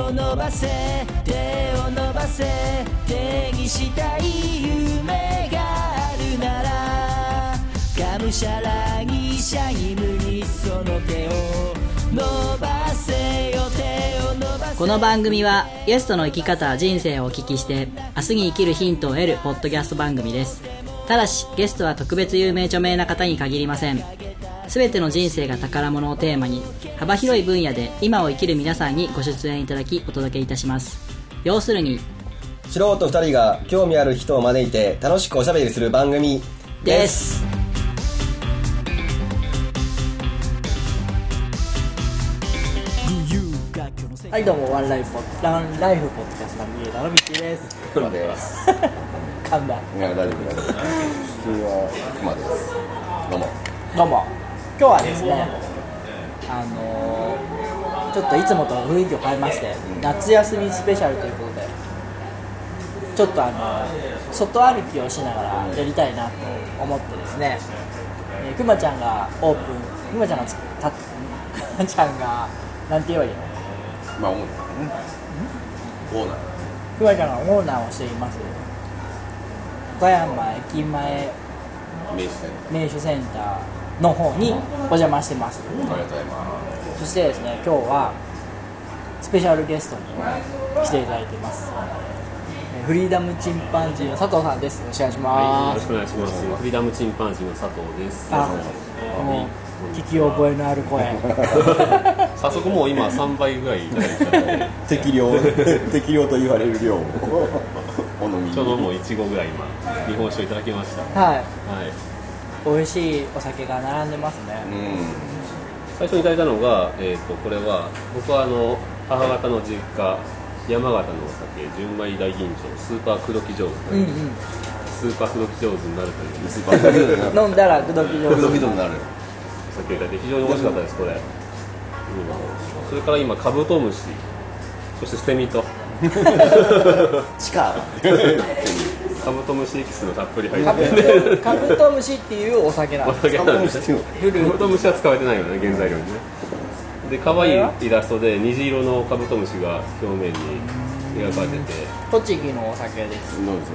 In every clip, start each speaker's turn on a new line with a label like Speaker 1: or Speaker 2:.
Speaker 1: を伸ばせ手を伸ばせ手にしたい夢があるならがむしゃらにシャイムにその手を伸ばせよ手を伸ばせ
Speaker 2: この番組はゲストの生き方人生をお聞きして明日に生きるヒントを得るポッドキャスト番組ですただしゲストは特別有名著名な方に限りません全ての人生が宝物をテーマに幅広い分野で今を生きる皆さんにご出演いただきお届けいたします要するに
Speaker 3: 素人2人が興味ある人を招いて楽しくおしゃべりする番組
Speaker 2: です
Speaker 4: はいどうもワンライフポッランライフポッドキャストナビゲーターのミッキーです
Speaker 5: 熊です。
Speaker 4: 噛んだ
Speaker 5: いや、大丈夫、大丈夫。君は熊です。どうも。
Speaker 4: どうも今日はですねあのー、ちょっといつもと雰囲気を変えまして夏休みスペシャルということでちょっとあのー、外歩きをしながらやりたいなと思ってですね、えー、くまちゃんがオープンくまちゃんがつたくまちゃんがなんて言えばいいの
Speaker 5: まあ、オーナーね。オーナー。
Speaker 4: くまちゃんがオーナーをしています岡山駅前
Speaker 5: 名刺セン
Speaker 4: 名所センターの方にお邪魔してます
Speaker 5: ター。ありがとうございま
Speaker 4: そしてですね今日はスペシャルゲストに来ていただいていますえーフリーダムチンパンジーの佐藤さんですよろしくお願いし
Speaker 6: はい、よ
Speaker 4: ま
Speaker 6: ろ
Speaker 4: す
Speaker 6: しくお願いします。フリーダムチンパンジーの佐藤です。
Speaker 4: あこの聞き覚えのある 声
Speaker 6: 早速もう今3倍ぐらいいただいて、
Speaker 5: す。適量。適量と言われる量を。お飲み。
Speaker 6: ちょうどもういちごぐらい今日本酒をいただきました。
Speaker 4: はい
Speaker 6: はい。
Speaker 4: 美味しいお酒が並んでます
Speaker 5: う
Speaker 4: ね
Speaker 5: ん。
Speaker 6: 最初にいただいたのが、えっ、とこれは僕はあの母方の実家山形のお酒純米大吟醸スーパー口説き上手、
Speaker 4: うん
Speaker 6: スーパー口説き上手になるという
Speaker 5: スーパードキドキなる。
Speaker 4: うん飲んだらグドキド
Speaker 5: ド
Speaker 4: キ
Speaker 5: キドキになる。
Speaker 6: お酒をいただいて非常に美味しかったですこれ。うんそれから今カブトムシそしてセミと
Speaker 5: 地下。
Speaker 6: カブトムシエキスのたっぷり入
Speaker 4: カ
Speaker 6: って
Speaker 4: ブトカブトムシっていうお酒なん
Speaker 6: お
Speaker 4: です
Speaker 6: 酒なんですね
Speaker 4: ルル
Speaker 6: カブトムシは使われてないよね原材料にねで可愛いイラストで虹色のカブトムシが表面に描かれてて
Speaker 4: 栃木のお酒です
Speaker 5: 飲むぞ。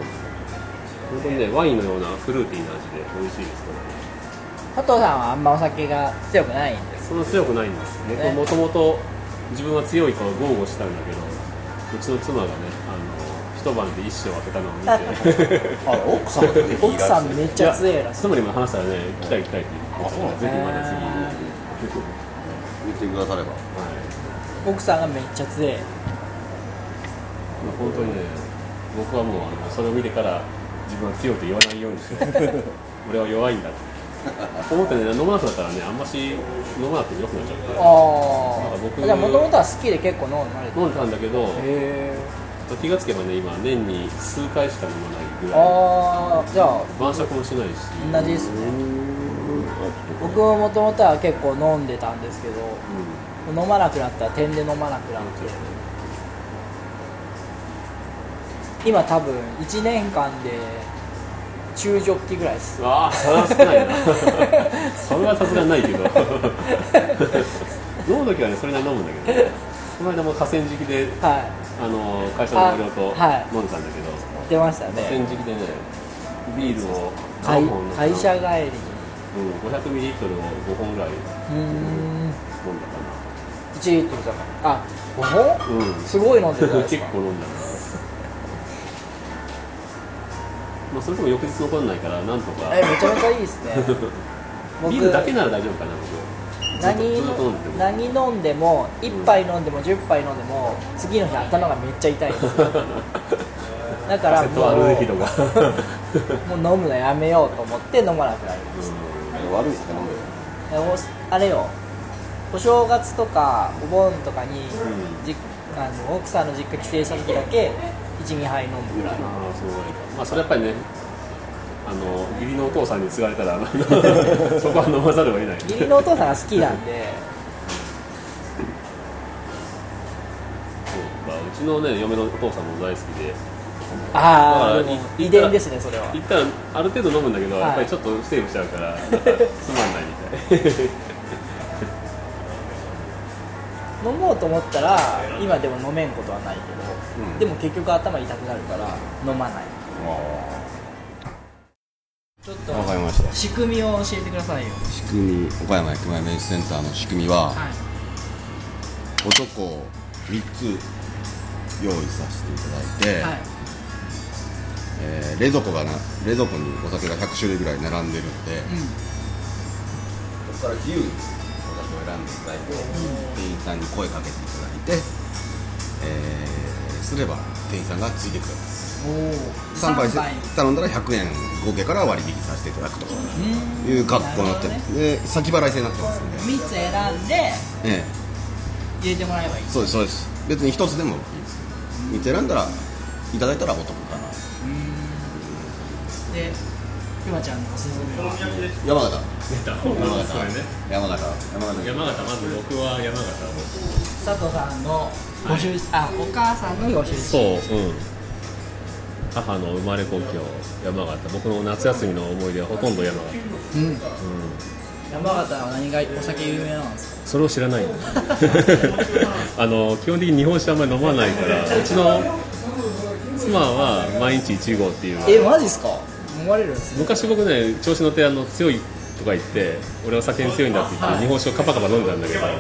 Speaker 6: 本当にねワインのようなフルーティーな味で美味しいですこ
Speaker 4: 佐藤さんはあんまお酒が強くないんで
Speaker 6: れそんな強くないんです僕
Speaker 4: ね
Speaker 6: もともと自分は強いと豪語したんだけどうちの妻がねあの一晩で一生当てたのを見て
Speaker 5: あ、奥様とね
Speaker 4: 奥さんめっちゃ強いらしい
Speaker 6: 妻にも話したらね来たい来たいって言って
Speaker 5: あそうなんだ
Speaker 6: ぜひまた次
Speaker 4: へー
Speaker 5: 言ってくだされば。
Speaker 6: はい
Speaker 4: 奥さんがめっちゃ強い
Speaker 6: まあ本当にね、僕はもうあのそれを見てから自分は強いと言わないようにして 俺は弱いんだって思ってね飲まなくなったらねあんまし飲まなくても良くなっちゃって
Speaker 4: ああ
Speaker 6: なんか僕
Speaker 4: じゃあもともとは好きで結構飲まれて
Speaker 6: 飲んでたんだけど
Speaker 4: へえ
Speaker 6: 気がつけばね今年に数回しか飲まないぐらい
Speaker 4: ああじゃあ
Speaker 6: 晩酌もしないし
Speaker 4: 同じですね僕ももともとは結構飲んでたんですけど
Speaker 6: う
Speaker 4: 飲まなくなったら点で飲まなくなって今多分1年間で中ジョッキぐらいです
Speaker 6: んああそれは少ない なそれはさすがにないけど 飲む時はねそれなりに飲むんだけどこの間も河川敷で
Speaker 4: は
Speaker 6: あの会社の同僚と
Speaker 4: あはい
Speaker 6: 飲んでたんだけど、
Speaker 4: い出ました
Speaker 6: 全
Speaker 4: ね
Speaker 6: 時でねビールを
Speaker 4: 会
Speaker 6: 5本
Speaker 4: 会社帰りに
Speaker 6: うん、500ミリリットルを5本ぐらいう
Speaker 4: ーん
Speaker 6: 飲んだか
Speaker 4: 1リットルじゃないあ5本
Speaker 6: なうん
Speaker 4: すごい飲んでたんです
Speaker 6: 結
Speaker 4: か
Speaker 6: 構飲んだなまあそれでも翌日残んないからなんとか
Speaker 4: えめちゃめちゃいいですね 僕
Speaker 6: ビールだけなら大丈夫かな僕ずっと
Speaker 4: 何
Speaker 6: ずっと飲
Speaker 4: 何飲
Speaker 6: んでても
Speaker 4: んでも1杯飲んでも10杯飲んでも次の日頭がめっちゃ痛いですだから
Speaker 6: セットア
Speaker 4: も
Speaker 6: ルデヒドが
Speaker 4: うもう飲むのやめようと思って飲まなくなりまし
Speaker 5: 悪いですか飲んでる。
Speaker 4: たおあれよお正月とかお盆とかに、
Speaker 6: ん
Speaker 4: じあの奥さんの実家帰省した時だけ12杯飲むぐらい
Speaker 6: ああそうなんだまあそれやっぱりねあの義理のお父さんに継がれたらそこは飲まざるを得ない
Speaker 4: 義理のお父さんが好きなん で
Speaker 6: そうかうちのね嫁のお父さんも大好きで
Speaker 4: ああ
Speaker 6: だから
Speaker 4: でも
Speaker 6: い
Speaker 4: 遺伝ですねそれは
Speaker 6: 一旦ある程度飲むんだけど、
Speaker 4: はい
Speaker 6: やっぱりちょっとセーブしちゃうからなんかつまんないみたい
Speaker 4: 飲もうと思ったら今でも飲めんことはないけど、
Speaker 5: うん
Speaker 4: でも結局頭痛くなるから飲まないちょっと
Speaker 5: わかりました
Speaker 4: 仕組みを教えてくださいよ
Speaker 5: 仕組み岡山駅前メンセンターの仕組みは、
Speaker 4: はい
Speaker 5: おちょこを3つ用意させていただいて、
Speaker 4: はい
Speaker 5: えー冷蔵庫がな冷蔵庫にお酒が100種類ぐらい並んでるので、そこから自由にお酒を選んでいただいて、店員さんに声かけていただいて、えーすれば店員さんがついてくれます
Speaker 4: おお
Speaker 5: 3杯せ頼んだら100円合計から割引させていただくという格好になってます、で先払い制になってますんで、
Speaker 4: 3つ選んで
Speaker 5: ええ
Speaker 4: 入れてもらえばいい
Speaker 5: そうですそうです別に一つでもいいです見て選んだらいただいたらお得かな
Speaker 4: でゆまちゃんのおすすめは
Speaker 5: 山形
Speaker 6: 出た
Speaker 5: 山形
Speaker 6: それね
Speaker 5: 山形山形
Speaker 6: 山形まず僕は山形を
Speaker 4: 佐藤さんのご出、あお母さんのご出身
Speaker 6: そう、うん、母の生まれ故郷山形僕の夏休みの思い出はほとんど山形、
Speaker 4: うん
Speaker 6: うん、
Speaker 4: 山形は何がお酒有名なんですか
Speaker 6: それを知らな いんだあの基本的に日本酒あんまり飲まないからうちの妻は毎日1号っていう
Speaker 4: えマジっすか飲まれるんですね
Speaker 6: 昔僕ね調子乗ってあの強いとか言って俺は酒に強いんだって言って日本酒をカパカパ飲んだんだけどう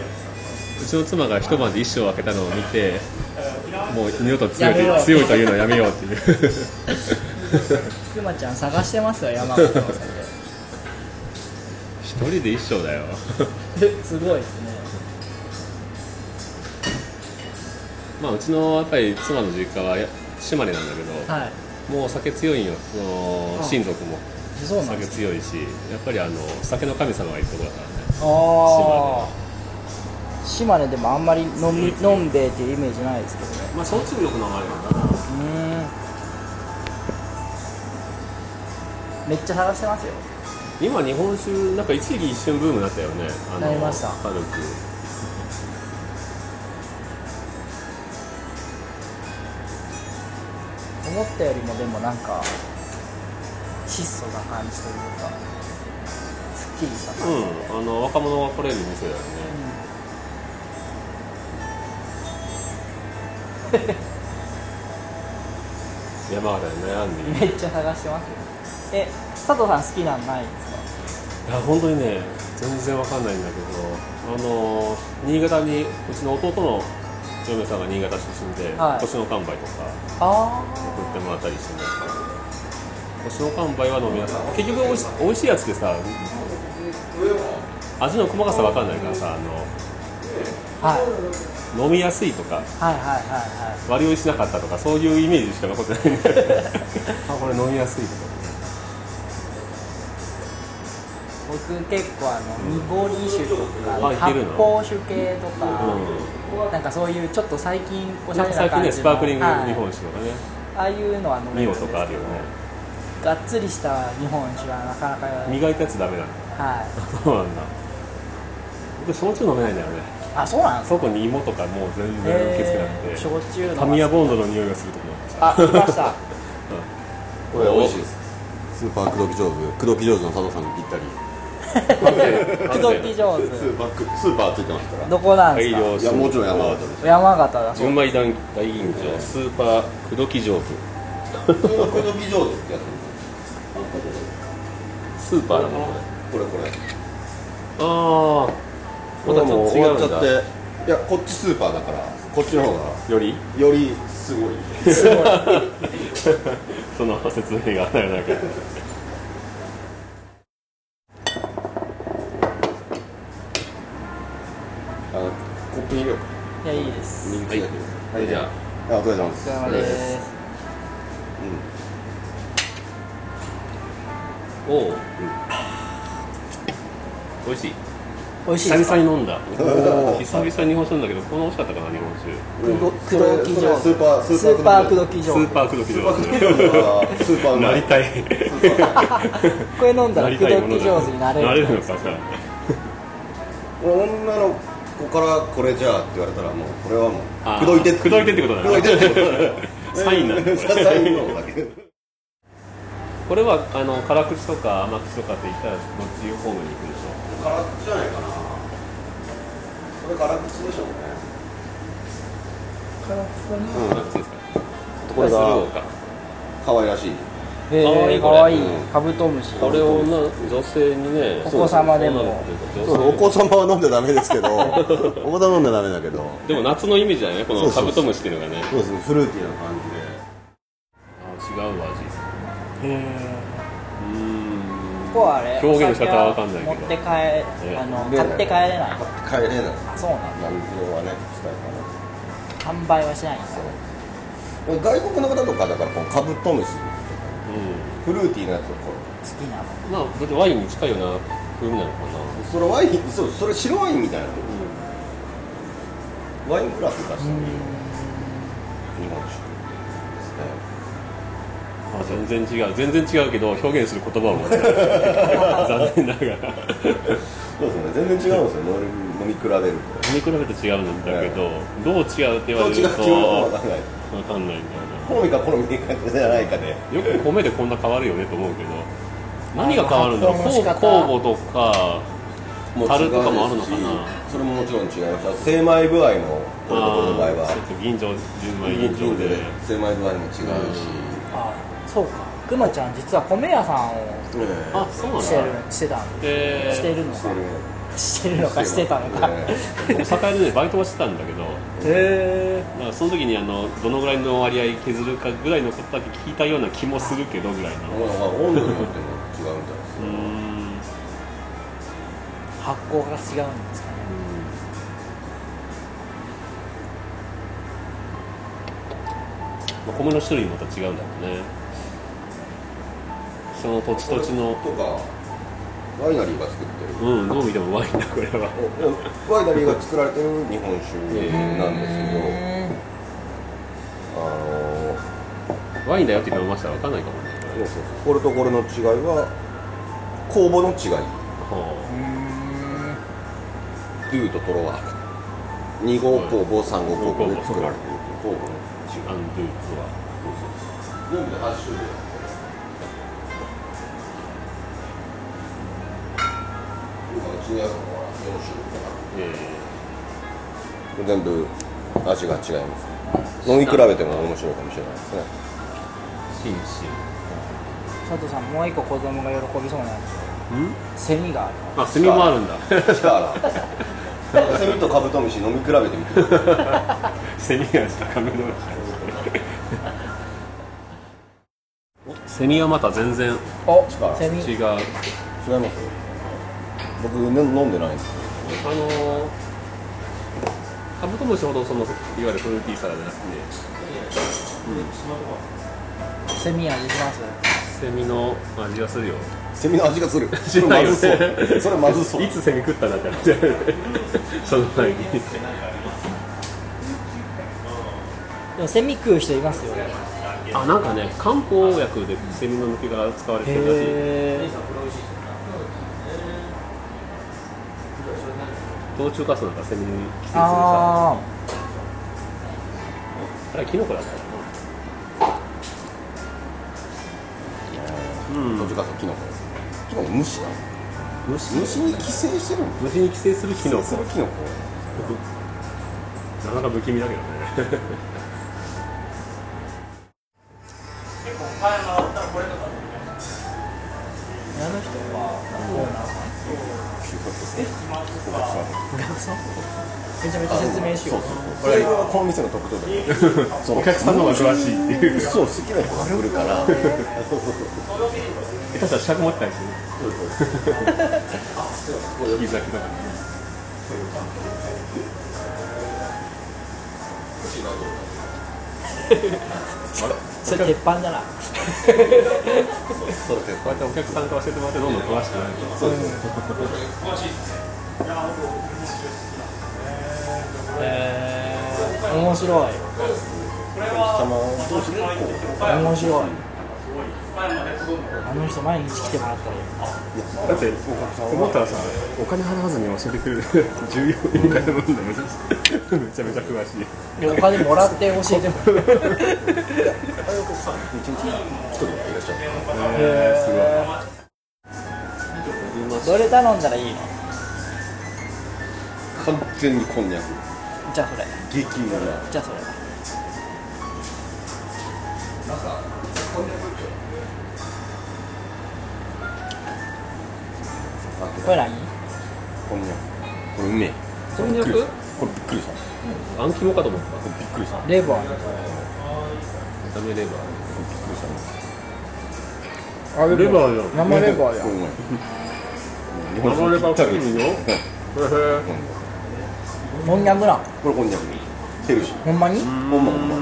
Speaker 6: ちの妻が一晩で一生開けたのを見てもう二度と強い
Speaker 4: やめろ
Speaker 6: 強いというのはやめようっていう
Speaker 4: ゆまちゃん探してますよ山形 のお酒
Speaker 6: 一人で一生だよ
Speaker 4: えすごいですね
Speaker 6: まあうちのやっぱり妻の実家はや島根なんだけど、
Speaker 4: はい
Speaker 6: もうお酒強いんよその
Speaker 4: あ
Speaker 6: 親族も
Speaker 4: そうなんで
Speaker 6: 酒
Speaker 4: す
Speaker 6: 強いしやっぱりあの酒の神様がいるところだからね
Speaker 4: ああ島根でもあんまり飲み飲んべえっていうイメージないですけどね
Speaker 6: まあ焼酎力の名前だな
Speaker 4: うーんめっちゃ探してますよ
Speaker 6: 今日本酒なんか一時期一瞬ブームだったよねあの
Speaker 4: なりました
Speaker 6: 軽く
Speaker 4: 思ったよりもでもなんか質素な感じというかすっきりした感じ、
Speaker 6: うんあの若者が来れる店だよね 山形で悩んでいる
Speaker 4: めっちゃ探してますよえ佐藤さん好きなんないんですか
Speaker 6: いや本当にね全然わかんないんだけどあの新潟にうちの弟の嫁さんが新潟出身で、
Speaker 4: はい
Speaker 6: 星の乾杯とか
Speaker 4: あ
Speaker 6: 送ってもらったりしてますから星の乾杯は飲みやすい結局おいし美味しいやつってさ味の細かさわかんないからさあ
Speaker 4: あ、はい、
Speaker 6: の飲みやすいとか
Speaker 4: はいはいはいはい
Speaker 6: 割り酔いしなかったとかそういうイメージしか残ってないんだよね あこれ飲みやすいとか
Speaker 4: 僕結構あの濁り酒と
Speaker 6: あ
Speaker 4: か
Speaker 6: いけ
Speaker 4: 発
Speaker 6: るの
Speaker 4: 泡酒系とか、
Speaker 6: う
Speaker 4: なんかそういうちょっと最近お
Speaker 6: ん、
Speaker 4: しゃ
Speaker 6: なん
Speaker 4: れ
Speaker 6: か
Speaker 4: な
Speaker 6: 最近
Speaker 4: 感じの
Speaker 6: ねスパークリング
Speaker 4: はい
Speaker 6: 日本酒とかね、
Speaker 4: ああいうのは飲め
Speaker 6: ミ
Speaker 4: るん
Speaker 6: オ
Speaker 4: です
Speaker 6: と
Speaker 4: けど
Speaker 6: かあるよね
Speaker 4: がっつりした日本酒はなかなかやらない
Speaker 6: 磨いたやつダメなんだ
Speaker 4: はい
Speaker 6: そうなんだ僕焼酎飲めないんだよね
Speaker 4: あそうなんですか
Speaker 6: そこに芋とかもう全然受け付けな
Speaker 4: えー
Speaker 6: くて
Speaker 4: 焼酎の
Speaker 6: タミヤボンドの匂いがすると思いました
Speaker 4: あ来ま した
Speaker 5: これ美味しいですスーパー口説き上手口説き上手の佐藤さんにぴったり
Speaker 4: 口説き上
Speaker 5: スー
Speaker 4: 手
Speaker 5: パースーパーついてますか
Speaker 4: どこなんですか
Speaker 5: らいやもちろん山形です
Speaker 4: 山形だそう
Speaker 6: 純米大吟醸スーパー口説き上手
Speaker 5: 口説き上手ってや
Speaker 6: スーパーなの
Speaker 5: つこれこれ
Speaker 6: ああま
Speaker 5: まだ
Speaker 6: た
Speaker 5: ち
Speaker 6: ち
Speaker 5: ょ
Speaker 6: ょ
Speaker 5: っ
Speaker 6: っ
Speaker 5: と
Speaker 6: と違うん
Speaker 5: 違うんだ終
Speaker 6: だ
Speaker 5: わっちゃっていやこっちスーパーだからこっちの方が
Speaker 6: より
Speaker 5: よりすごい
Speaker 4: すごい
Speaker 6: その説明がなるなか
Speaker 5: あのコップに入れようか
Speaker 4: いやいいです
Speaker 5: 右手だけ
Speaker 6: はいはいじゃ
Speaker 5: あお疲れ様
Speaker 4: お
Speaker 5: で
Speaker 4: 疲
Speaker 5: す
Speaker 4: れ様です
Speaker 6: おお、うん、美味しい
Speaker 4: 美味しい
Speaker 6: 久
Speaker 4: ですか
Speaker 6: 々に飲んだ
Speaker 5: おー
Speaker 6: 久々に日本酒なんだけどこんな美味しかったかな日本酒
Speaker 5: うん
Speaker 4: 口
Speaker 5: それ
Speaker 4: 説き
Speaker 5: それ
Speaker 4: 上手
Speaker 5: スーパー
Speaker 4: スーパー口
Speaker 5: 口説き上手
Speaker 4: 説き
Speaker 6: ス
Speaker 4: 上
Speaker 6: ー
Speaker 4: 手
Speaker 6: パー口説き
Speaker 5: スーパー
Speaker 6: 上
Speaker 5: 口
Speaker 6: 手
Speaker 5: 説き上手はスーパーうまい
Speaker 6: なりたい
Speaker 4: これ飲んだら
Speaker 6: なり
Speaker 4: 口
Speaker 6: たい
Speaker 4: 説
Speaker 6: もの
Speaker 4: き上手になれる
Speaker 6: るのかさ
Speaker 5: 女の子からこれじゃあって言われたらもうこれはも
Speaker 6: あー
Speaker 5: う口説
Speaker 6: 口
Speaker 5: いて
Speaker 6: 説いてってことだ
Speaker 5: 口
Speaker 6: な
Speaker 5: 説いてってことだね
Speaker 6: サインなんだこれ
Speaker 5: サインのだけ
Speaker 6: これはあの辛口とか甘口とかって言ったらどっち方面に行くんでしょう
Speaker 5: 辛口じゃないかな それ辛口でしょうね
Speaker 6: うん、なんかそうですか。
Speaker 5: これ
Speaker 6: スル
Speaker 5: が
Speaker 6: ーか。
Speaker 5: 可愛らしい
Speaker 4: へ
Speaker 6: かわいい
Speaker 4: え
Speaker 6: こ
Speaker 4: か
Speaker 6: れ
Speaker 4: わいい
Speaker 5: うん
Speaker 4: カブトムシ
Speaker 6: これをな女性にね、
Speaker 4: お子様でも
Speaker 6: 女の子というか
Speaker 5: そう
Speaker 6: 女
Speaker 5: お
Speaker 6: 性
Speaker 5: 子様は飲んじゃダメですけ どお子様は飲んじゃダメだけど
Speaker 6: でも夏のイメージだよね、こ
Speaker 5: そ
Speaker 6: の
Speaker 5: う
Speaker 6: カ
Speaker 5: そうそ
Speaker 6: ブ
Speaker 5: う
Speaker 6: トムシっていうのがね。
Speaker 5: そうですねフルーティーな感じで
Speaker 6: あ違う味。
Speaker 4: へえ
Speaker 6: うーん。
Speaker 4: ここはあれ
Speaker 6: 表現の仕方はわかんないけど
Speaker 4: お酒は持って帰
Speaker 6: ええ
Speaker 4: あの
Speaker 5: ね
Speaker 4: 買って帰れない
Speaker 5: 買って帰れない
Speaker 4: あそうなんだ
Speaker 5: 残業はねしたいか
Speaker 4: 販
Speaker 5: な
Speaker 4: 売はしないんだ
Speaker 5: そう外国の方とかだからこうカブトムシ
Speaker 6: う
Speaker 5: フルーティーなやつをこう
Speaker 4: 好
Speaker 5: ん
Speaker 4: きなの
Speaker 6: ん。まあ、だってワインに近いような風味なのかな。
Speaker 5: それワインそうそれ白ワインみたいなワイングラス出してる日本酒ですね
Speaker 6: あ全然違う全然違うけど表現する言葉を間違えた残念ながら
Speaker 5: そうですね全然違うんですよ飲み飲み比べる
Speaker 6: 飲み比べて違うんだけど、どう違うって言
Speaker 5: と
Speaker 6: われる
Speaker 5: ど
Speaker 6: と
Speaker 5: う違う基本
Speaker 6: わ
Speaker 5: わかんない
Speaker 6: かんないんだよな
Speaker 5: 好みか好みじゃないかで
Speaker 6: よく米でこんな変わるよねと思うけど何が変わるんだろう
Speaker 4: 発
Speaker 6: 酵
Speaker 4: 酵の仕方
Speaker 6: 酵母とか
Speaker 5: もう
Speaker 6: 樽とか
Speaker 5: 違う
Speaker 6: もあるの
Speaker 5: です
Speaker 6: か
Speaker 5: し
Speaker 6: な
Speaker 5: それももちろん違います精米具合もこういうところの場合
Speaker 6: あー
Speaker 5: は
Speaker 6: そう銀醸純米銀醸
Speaker 5: 銀醸
Speaker 6: で
Speaker 5: で精米具合も違うし、
Speaker 4: あそうかくまちゃん実は米屋さんを
Speaker 5: ええ
Speaker 6: あそうなん
Speaker 4: してる
Speaker 6: だ
Speaker 4: してたん
Speaker 6: で
Speaker 4: してるのか
Speaker 5: してる
Speaker 4: してるのかしてたのか
Speaker 5: ええ
Speaker 6: お酒でねバイトはしてたんだけど
Speaker 4: へ
Speaker 6: だからその時にあのどのぐらいの割合削るかぐらいのことだけ聞いたような気もするけどぐらいの
Speaker 5: まあまあ温度によっても違うみたいです
Speaker 6: うーん
Speaker 4: え発酵が違うんですかね
Speaker 6: まあ、米の種類また違うんだろうねその土地土地の
Speaker 5: とかワイナリーが作ってる
Speaker 6: うんどう見てもワインだこれは
Speaker 5: ワイナリーが作られてる日本酒なんですけど、あの
Speaker 6: ワインだよって今飲ましたら分かんないかもねこ
Speaker 5: そう
Speaker 6: れ
Speaker 5: そうこれとこれの違いは酵母の違い
Speaker 6: は
Speaker 5: ドゥーとトロワ2号酵母3号酵母で作られてる酵母
Speaker 6: あアンドゥとは
Speaker 5: の違い飲んで8種類うちにあるのは4種類かな
Speaker 6: え
Speaker 5: 全部味が違います飲み比べても面白いかもしれないですね
Speaker 6: ー、シンシ
Speaker 4: 佐藤さんもう一個子供が喜びそうなや
Speaker 6: ンん
Speaker 4: つセミがある
Speaker 6: あセミもあるんだ
Speaker 5: だからセミとカブトムシ飲み比べてみてくださ い
Speaker 6: セミがした髪の毛お セミはまた全然違う
Speaker 4: お
Speaker 5: 力
Speaker 4: セミ
Speaker 6: あの
Speaker 5: 違います僕ね飲んでないんですよ
Speaker 6: ーカブトムシほどそのいわゆるフルーティーさじゃなくて
Speaker 4: セミ味します
Speaker 6: セミの味がするよ
Speaker 5: セミの味がするそれ
Speaker 6: しな
Speaker 5: ま
Speaker 6: いよね
Speaker 5: ずそうそれまずそう
Speaker 6: いつセミ食ったなってなっちゃうよねその前に
Speaker 4: でもセミ食う人いますよね
Speaker 6: あなんかね漢方薬でセミの抜け殻使われてるらしい
Speaker 4: へ
Speaker 6: 冬虫夏草なんかセミに寄生
Speaker 4: ー
Speaker 6: するさ
Speaker 4: あ
Speaker 6: あれキノコだったか
Speaker 5: うんどっちかさキノコキノコ虫なの
Speaker 6: な虫
Speaker 5: 虫に寄生してるの
Speaker 6: 虫に寄生するキ
Speaker 5: 寄
Speaker 6: ノ
Speaker 5: 生す
Speaker 6: コ
Speaker 5: るキノコ
Speaker 6: なかなか不気味だけどね
Speaker 4: ーあの人はオーナーさんお客さんめちゃめちゃ説明しよう
Speaker 5: それはこの店の特徴だよ
Speaker 6: お客さんの方が詳しいっていう
Speaker 5: そう好きな人が来るから
Speaker 6: 下手 したら尺持ってたりする 引き先とかね
Speaker 4: それ鉄板だな
Speaker 5: それって
Speaker 6: こうやってお客さんから教えてもらってどんどん詳しくなる
Speaker 5: そうですね
Speaker 4: へー面白い
Speaker 5: お客様同士でこう
Speaker 4: 面白いあの人毎日来てもらったらいい
Speaker 6: だって思ったらさお金払わずに教えてくれる 重要に買い物なんだよめちゃめちゃ詳しい
Speaker 4: でお金もらって教えてもらう
Speaker 5: 一人がいらっしゃる
Speaker 4: どれ頼んだらいいの
Speaker 5: カ完全にこんにゃく
Speaker 4: じゃあそれ
Speaker 5: 激うまい
Speaker 4: じゃあそれこれ何
Speaker 5: こんにゃくこれうめえ
Speaker 6: こんにゃく
Speaker 5: びっくりしたこれびっくりした
Speaker 6: あん肝かと思ったこれ
Speaker 5: びっくりしたこ
Speaker 4: レバー
Speaker 6: 見た目レバー
Speaker 5: れびっくりした
Speaker 4: あ
Speaker 6: レバーじ
Speaker 4: 生レバー
Speaker 5: これ
Speaker 4: や
Speaker 5: うまい
Speaker 6: 生レバー風味よ
Speaker 5: うん
Speaker 6: へえ
Speaker 4: こんにゃくなん
Speaker 5: これこんにゃくヘルシー
Speaker 4: ほんまに
Speaker 5: ほんまほんま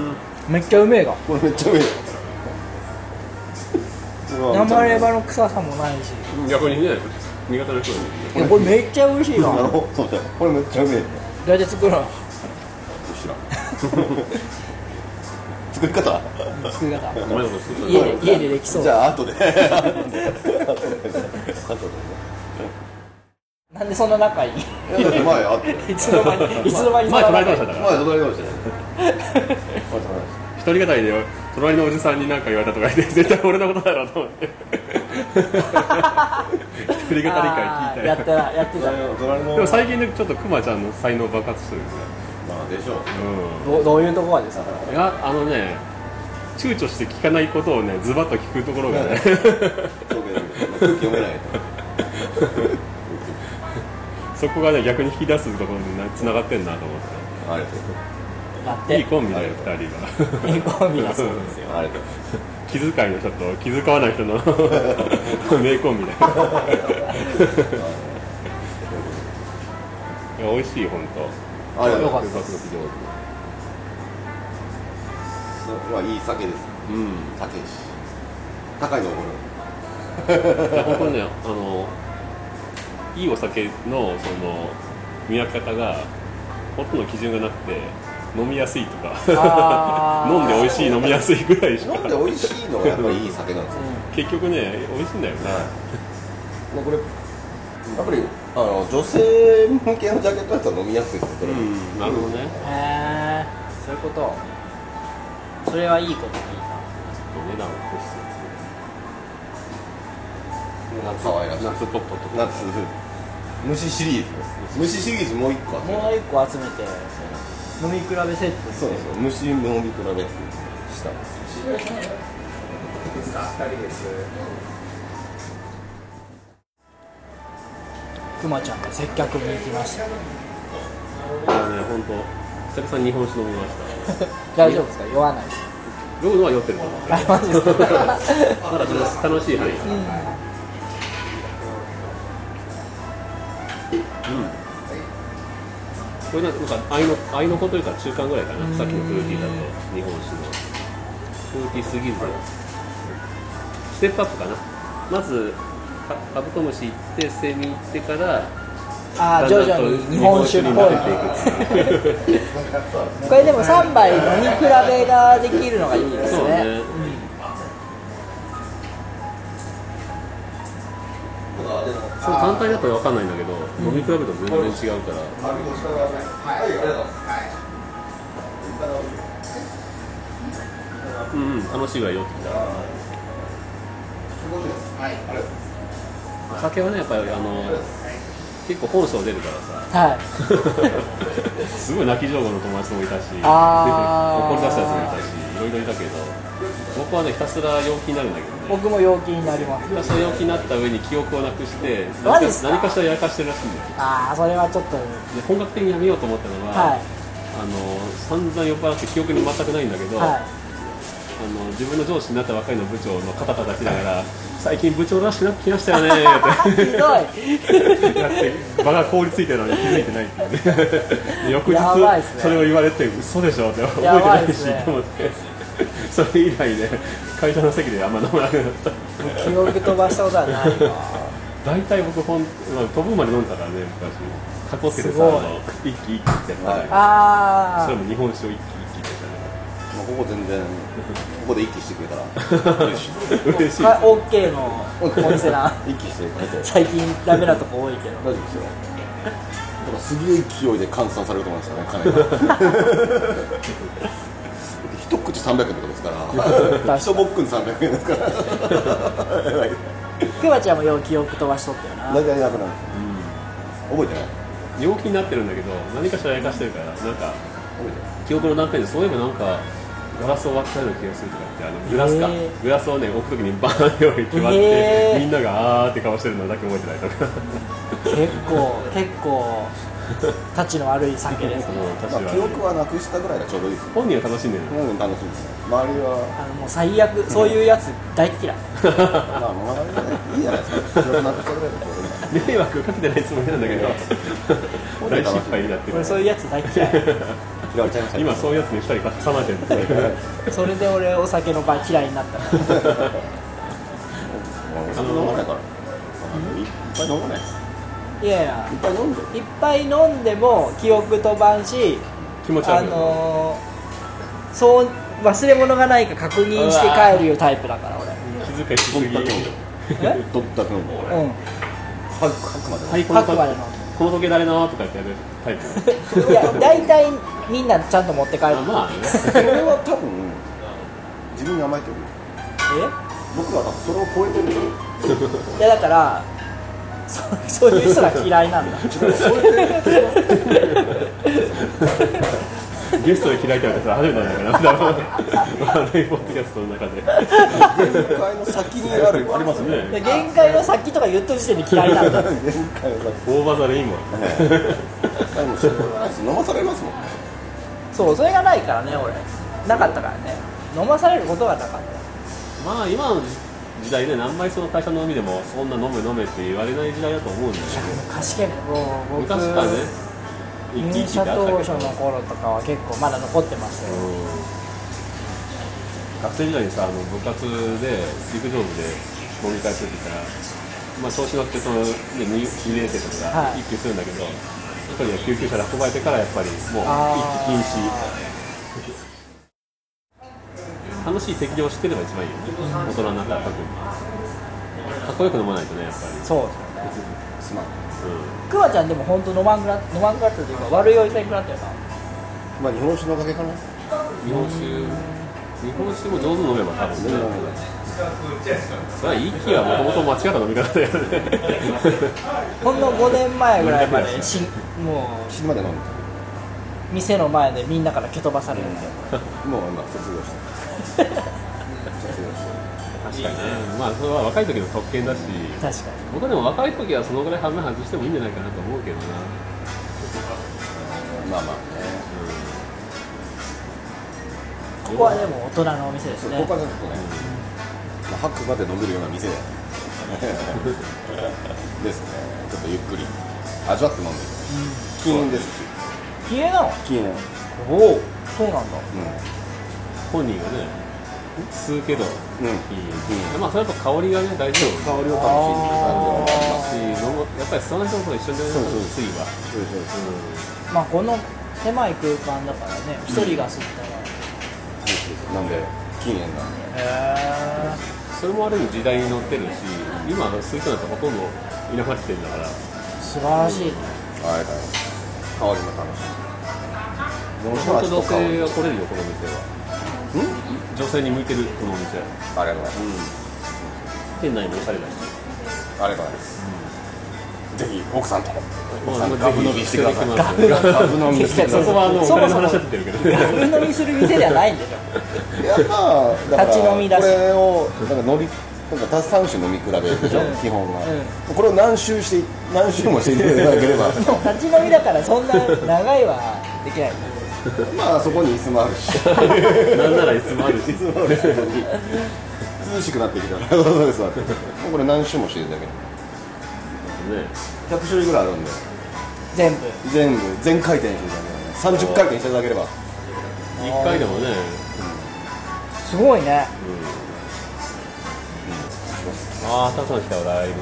Speaker 4: めっちゃうめえが
Speaker 5: これめっちゃうめえうわ
Speaker 4: 生レバーの臭さもないし
Speaker 6: 逆にね苦手な人に
Speaker 4: いやこれめっちゃ美味しい
Speaker 5: なる
Speaker 4: わ
Speaker 5: ほどそうだよこれめっちゃうめえ
Speaker 4: どうやって作るの
Speaker 5: 知らん作り方
Speaker 4: 作り方
Speaker 6: うまいこと作った
Speaker 4: 家
Speaker 6: ら
Speaker 4: で家でできそう
Speaker 5: じゃあ後で後で後
Speaker 4: なんでそんな仲いい
Speaker 5: でいやだって前あって
Speaker 4: いつの間にいつの間に
Speaker 6: 前
Speaker 4: そんな
Speaker 6: 取られて
Speaker 4: 仲いい
Speaker 6: ましたから
Speaker 5: 前隣かもしれない
Speaker 6: 一人語りで隣のおじさんに何か言われたとか言って絶対俺のことだろうと思って一人語り会
Speaker 4: あ
Speaker 6: 聞い
Speaker 4: ーや
Speaker 6: たよ
Speaker 4: ってたやってた
Speaker 5: 隣の
Speaker 6: でも最近ねちょっとクマちゃんの才能爆発してるんですね
Speaker 5: まあでしょう
Speaker 6: う
Speaker 4: どどういうとこがですか
Speaker 6: んいやあのね躊躇して聞かないことをねズバッと聞くところがね
Speaker 5: そうけど空気読めない
Speaker 6: そこがね逆に引き出すところにつながってんなと思っ
Speaker 5: あれと
Speaker 4: だってて
Speaker 6: いいコンビだよ2人が
Speaker 4: いいコンビだそうですよ
Speaker 5: あれと
Speaker 6: 気遣いの人と気遣わない 人の名コン ビだよいや美味しい本当。
Speaker 5: あれ
Speaker 6: よ
Speaker 5: と
Speaker 6: かったです
Speaker 5: まあいい酒です
Speaker 6: うん
Speaker 5: 酒し高いのおごる
Speaker 6: いや本当にねあのいいお酒のその見分け方がほとんど基準がなくて飲みやすいとか
Speaker 4: あー
Speaker 6: 飲んで美味しい飲みやすいぐらいしか
Speaker 5: 飲んで美味しいのがやっぱりいい酒なんですよ
Speaker 6: 結局ね美味しいんだよね
Speaker 5: はい、これやっぱりあの女性向けのジャケットやったら飲みやすいですねこれ、
Speaker 6: うんなるほどね
Speaker 4: へえそういうことそれはいいこと聞い
Speaker 6: お値段を欲しい
Speaker 5: 夏可愛らしい
Speaker 6: 夏ポッポとか
Speaker 5: 夏虫シリーズです虫シリーズもう一個あって
Speaker 4: たもう一個集めて飲み比べセット
Speaker 5: そうそう虫飲み比べってしたんです
Speaker 4: くまちゃんが接客に行きました
Speaker 6: いやね本当久々に日本酒飲みました
Speaker 4: 大丈夫ですか酔わないです
Speaker 6: 飲むのは酔ってると思う
Speaker 4: あマジですか
Speaker 6: まだ楽しい範囲うんこれなんか合いの合いの子というか中間ぐらいかなさっきのフルーティーだと日本酒のフルーティーすぎずステップアップかなまずカカブトムシ行ってセミ行ってから
Speaker 4: あー徐々に日本酒っぽい
Speaker 6: 日本酒に慣れていくっていう
Speaker 4: これでも3杯飲み比べができるのがいいです
Speaker 6: そう
Speaker 4: ね
Speaker 6: ねそれ単体だと分かんないんだけど、飲み比べると全然違うから、うんうん楽しいぐらい酔ってきた、お酒はねやっぱりあの結構本性出るからさ
Speaker 4: はい
Speaker 6: すごい泣き上手の友達もいたし
Speaker 4: あー
Speaker 6: 怒り出したやつもいたしいろいろいたけど僕はねひたすら陽気になるんだけどね
Speaker 4: 僕も陽気になります
Speaker 6: ひたすら陽気になった上に記憶をなくして
Speaker 4: マ
Speaker 6: 何
Speaker 4: ジっ
Speaker 6: か
Speaker 4: すか
Speaker 6: 何かしらやらかしてるらしいんだよ
Speaker 4: ああそれはちょっと
Speaker 6: で本格的にやめようと思ったのは、
Speaker 4: はい
Speaker 6: あの散々酔っ払って記憶に全くないんだけど、
Speaker 4: は
Speaker 6: あの自分の上司になったばかりの部長の肩叩きながら最近部長らしくなってきましたよね
Speaker 4: い
Speaker 6: っ
Speaker 4: ひどい
Speaker 6: てやって場が凍りついてるのに気づいてないっていうね翌日
Speaker 4: やばいっすね
Speaker 6: それを言われて嘘でしょって覚
Speaker 4: やばいって
Speaker 6: えない
Speaker 4: す
Speaker 6: し、
Speaker 4: ね
Speaker 6: と思ってそれ以来ね会社の席であんま飲まなくなった
Speaker 4: 記憶飛ばしたことはないわ
Speaker 6: 大体僕ほん、まあ、飛ぶまで飲んだからね昔かっこつけて
Speaker 4: すご
Speaker 6: さ
Speaker 4: い
Speaker 6: あの一気一気ってやったねそれ
Speaker 4: あ
Speaker 6: も日本酒を一気一気っ
Speaker 5: まあ、ここ全然ここで一気してくれたら
Speaker 6: てやったね嬉しい
Speaker 4: あオッケーのお店な
Speaker 5: 一気してくれて
Speaker 4: 最近ダメなとこ多いけど
Speaker 5: 大丈夫ですよだからすげえ勢いで換算されると思いますよね金が 一口300円とかですから一ボックン300円ですから
Speaker 4: くまちゃんもよう記憶飛ばしとったよな
Speaker 5: 大体なくなるんですよ覚えてない
Speaker 6: 陽気になってるんだけど何かしらやらかしてるからなんか記憶の断片でそういえばなんかガラスを割ったような気がするとかってあのグラスか、
Speaker 4: へ
Speaker 6: グラスをね置くときにバーンって置いて割って、
Speaker 4: へー
Speaker 6: みんながあーって顔してるのだけ覚えてないとか
Speaker 4: 結構結構たちの悪い酒です
Speaker 6: そ
Speaker 4: ね
Speaker 6: の私
Speaker 5: まあ
Speaker 6: は、ね
Speaker 5: 記憶はなくしたぐらいがちょうどいいですね
Speaker 6: 本人は楽しんでる
Speaker 5: うん楽しいですね周りは
Speaker 4: あのもう最悪そういうやつ大っ嫌い
Speaker 5: まあ周りはねいいじゃないですか記憶なくしたぐらいがちょうどい
Speaker 6: 迷
Speaker 5: い
Speaker 6: 惑かけてないつもりなんだけ ど大失敗になってる
Speaker 4: 俺そういうやつ大っ嫌い
Speaker 5: 嫌われちゃいましたね
Speaker 6: 今そういうやつに2人重ねてるっていう
Speaker 4: それで俺お酒の場嫌いになったから
Speaker 5: お酒飲まないからいっぱい飲まないです
Speaker 4: いやいや
Speaker 5: いっぱい飲んで
Speaker 4: いっぱい飲んでも記憶飛ばんし
Speaker 6: 気持ち
Speaker 4: あ
Speaker 6: 悪い、
Speaker 4: のー、そう忘れ物がないか確認して帰るよタイプだから俺
Speaker 6: 気遣いしすぎ
Speaker 5: どんだけ飲んで
Speaker 4: え
Speaker 5: どったく飲んで
Speaker 4: うん
Speaker 5: 吐く吐くまで
Speaker 6: はいこの
Speaker 4: 白馬で
Speaker 6: 時
Speaker 4: 飲
Speaker 6: この時計誰なとかってやるタイプ
Speaker 4: むいや大体みんなちゃんと持って帰る
Speaker 6: あまあね
Speaker 5: それは多分自分に甘えてる僕は多分それを超えて る
Speaker 4: えいやだからそそういう人が嫌いなんだ
Speaker 6: ゲストで開いてるから初めてなんだから なんだろう悪いポッドキャストの中でね
Speaker 5: 限界の先にあるありますね
Speaker 4: で限界の先とか言っとる時点で嫌いなんだ
Speaker 5: 限界の先
Speaker 6: 大バザレインも
Speaker 5: でもしょうがないです飲まされますもんね
Speaker 4: そうそれがないからね俺なかったからね飲まされることがなかっ
Speaker 6: まあ今の時代ね何倍その会社の海でもそんな飲め飲めって言われない時代だと思うんだよね
Speaker 4: た貸し券もう僕
Speaker 6: 昔からね
Speaker 4: 入社
Speaker 6: ってあっ
Speaker 4: 当
Speaker 6: たけど
Speaker 4: 初の頃とかは結構まだ残ってますよ
Speaker 6: うん学生時代にさあの部活で陸上部で飲み会するって言ったら、まあ、調子乗ってその、ね、2, 2年生とかが
Speaker 4: はい
Speaker 6: 一気にするんだけど、一人は救急車で運ばれてからやっぱりもう一気
Speaker 4: あー
Speaker 6: 禁止楽しい適量をしてれば一番いいよね大人になったら特にかっこよく飲まないとねやっぱり
Speaker 4: そう
Speaker 5: すまん
Speaker 6: う、
Speaker 4: クマちゃんでも本当飲まんくな飲まんくなったというか悪いお店になったよな
Speaker 5: まあ日本酒のおかげかなん
Speaker 6: 日本酒日本酒も上手に飲めば多分ね、それは息はもともと間違った飲み方だよね
Speaker 4: ほんの5年前ぐらいまでしも
Speaker 5: 死ぬまで飲んで
Speaker 4: う店の前でみんなから蹴飛ばされるんだよ
Speaker 5: もう今卒業した卒業した
Speaker 6: 確かにねまあそれは若い時の特権だし
Speaker 4: 確か
Speaker 6: 僕でも若い時はそのぐらい羽目外してもいいんじゃないかなと思うけどな
Speaker 5: まあまあね
Speaker 4: にここはでも大人のお店です
Speaker 5: そう
Speaker 4: ね
Speaker 5: ここはちょっとねまあ吐くまで飲めるような 店だよですねちょっとゆっくり味わって飲んで禁煙ですし
Speaker 4: 冷えなの
Speaker 5: 禁煙
Speaker 4: おおそうなんだ
Speaker 6: 本人がね吸うけど
Speaker 5: うんうん
Speaker 6: いい、まあそれやっぱ香りがね大事だよね
Speaker 5: 香りを楽しんで
Speaker 6: だし飲むやっぱりその人と一緒に飲むとついは
Speaker 5: そうそうそう
Speaker 4: まあこの狭い空間だからね一人が吸ったら
Speaker 5: なんで禁煙なんで
Speaker 4: へえ
Speaker 6: それもある意味時代に乗ってるし今吸う人なんてほとんどいなくなってきてるんだから
Speaker 4: 素晴らしい
Speaker 5: あれだよ香りも楽し
Speaker 6: 本当女性が来れるよこの店は女性に向いてるこのお店
Speaker 5: いあれだよ
Speaker 6: 店内もおしゃれだし
Speaker 5: あれだよぜひ奥さんと奥さんと
Speaker 6: まあ
Speaker 5: ガブ飲みしてください
Speaker 6: ガブ飲み
Speaker 5: ガブ飲みしてく
Speaker 6: そ
Speaker 5: だ
Speaker 6: こ
Speaker 5: さ
Speaker 6: はあのお
Speaker 4: そも
Speaker 6: 金
Speaker 4: そ
Speaker 6: の
Speaker 4: も
Speaker 6: 話になってるけどね
Speaker 4: 自分飲みする店ではないんでしょ
Speaker 5: いいやまあだから
Speaker 4: 立ち飲みだし
Speaker 5: これをなんか乗りなんか3種飲み比べでしょ基本は、これを何周して何周もしていただければ
Speaker 4: でも立ち飲みだからそんな長いはできない
Speaker 5: まあそこに椅子もあるし
Speaker 6: なんならいつもあるし
Speaker 5: 椅子もあるしそこに涼しくなってきたらそうですもうこれ何周もしていただけれ
Speaker 6: ね
Speaker 5: ば100種類ぐらいあるんで
Speaker 4: 全部
Speaker 5: 全部全回転していただければ30回転していただければ
Speaker 6: 一回でもね、
Speaker 4: すごいね
Speaker 6: ああたくさん来たよライブ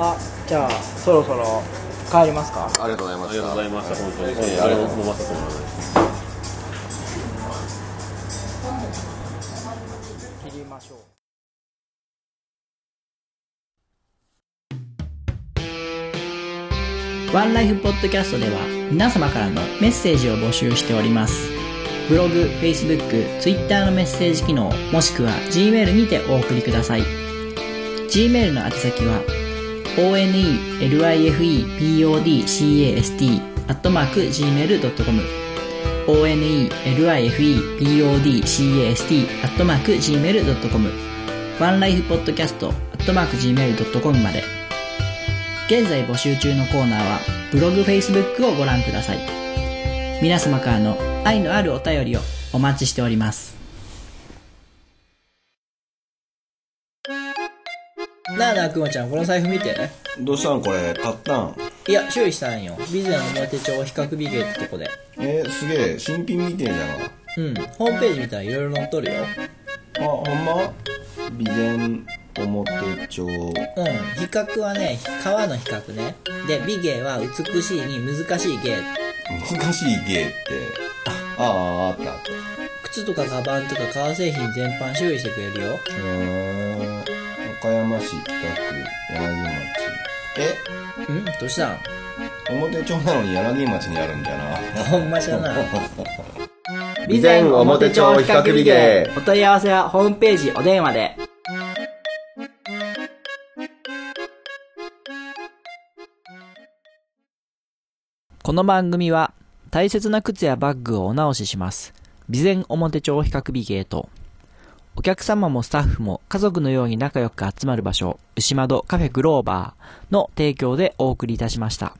Speaker 4: あじゃあそろそろ帰りますか
Speaker 5: ありがとうございま
Speaker 6: ありがとうございました本当に
Speaker 5: はい
Speaker 6: あれを飲ませてもらわない
Speaker 4: 切りましょう
Speaker 2: ワンライフポッドキャストでは皆様からのメッセージを募集しております。ブログ、Facebook、Twitter のメッセージ機能、もしくは Gmail にてお送りください。Gmail の宛先は、 onelifepodcast アットマーク gmail.com onelifepodcast アットマーク gmail.com ワンライフポッドキャストアットマーク gmail.com まで現在募集中のコーナーはブログ、Facebook をご覧ください皆様からの愛のあるお便りをお待ちしております
Speaker 4: なあなあくまちゃんこの財布見て
Speaker 5: どうしたんこれ買ったん
Speaker 4: いや修理したんよビズナの表帳比較美芸ってとこで
Speaker 5: えー、すげえ新品見てんじゃんあ
Speaker 4: うんホームページ見たらいろいろ載っとるよ
Speaker 5: ほんま備前表帳
Speaker 4: うん比較はね川の比較ねで美芸は美しいに難しい芸
Speaker 5: 難しい芸ってあああったあった
Speaker 4: 靴とかカバンとか革製品全般修理してくれるよ
Speaker 5: へえ岡山市北区柳町
Speaker 4: うんどうしたん
Speaker 5: え表帳なのに柳町にあるんだよな
Speaker 4: ほんまじゃない
Speaker 3: 備前表帳比較美芸
Speaker 4: お問い合わせはホームページお電話でこの番組は大切な靴やバッグをお直しします備前表帳比較美芸とお客様もスタッフも家族のように仲良く集まる場所牛窓カフェグローバーの提供でお送りいたしました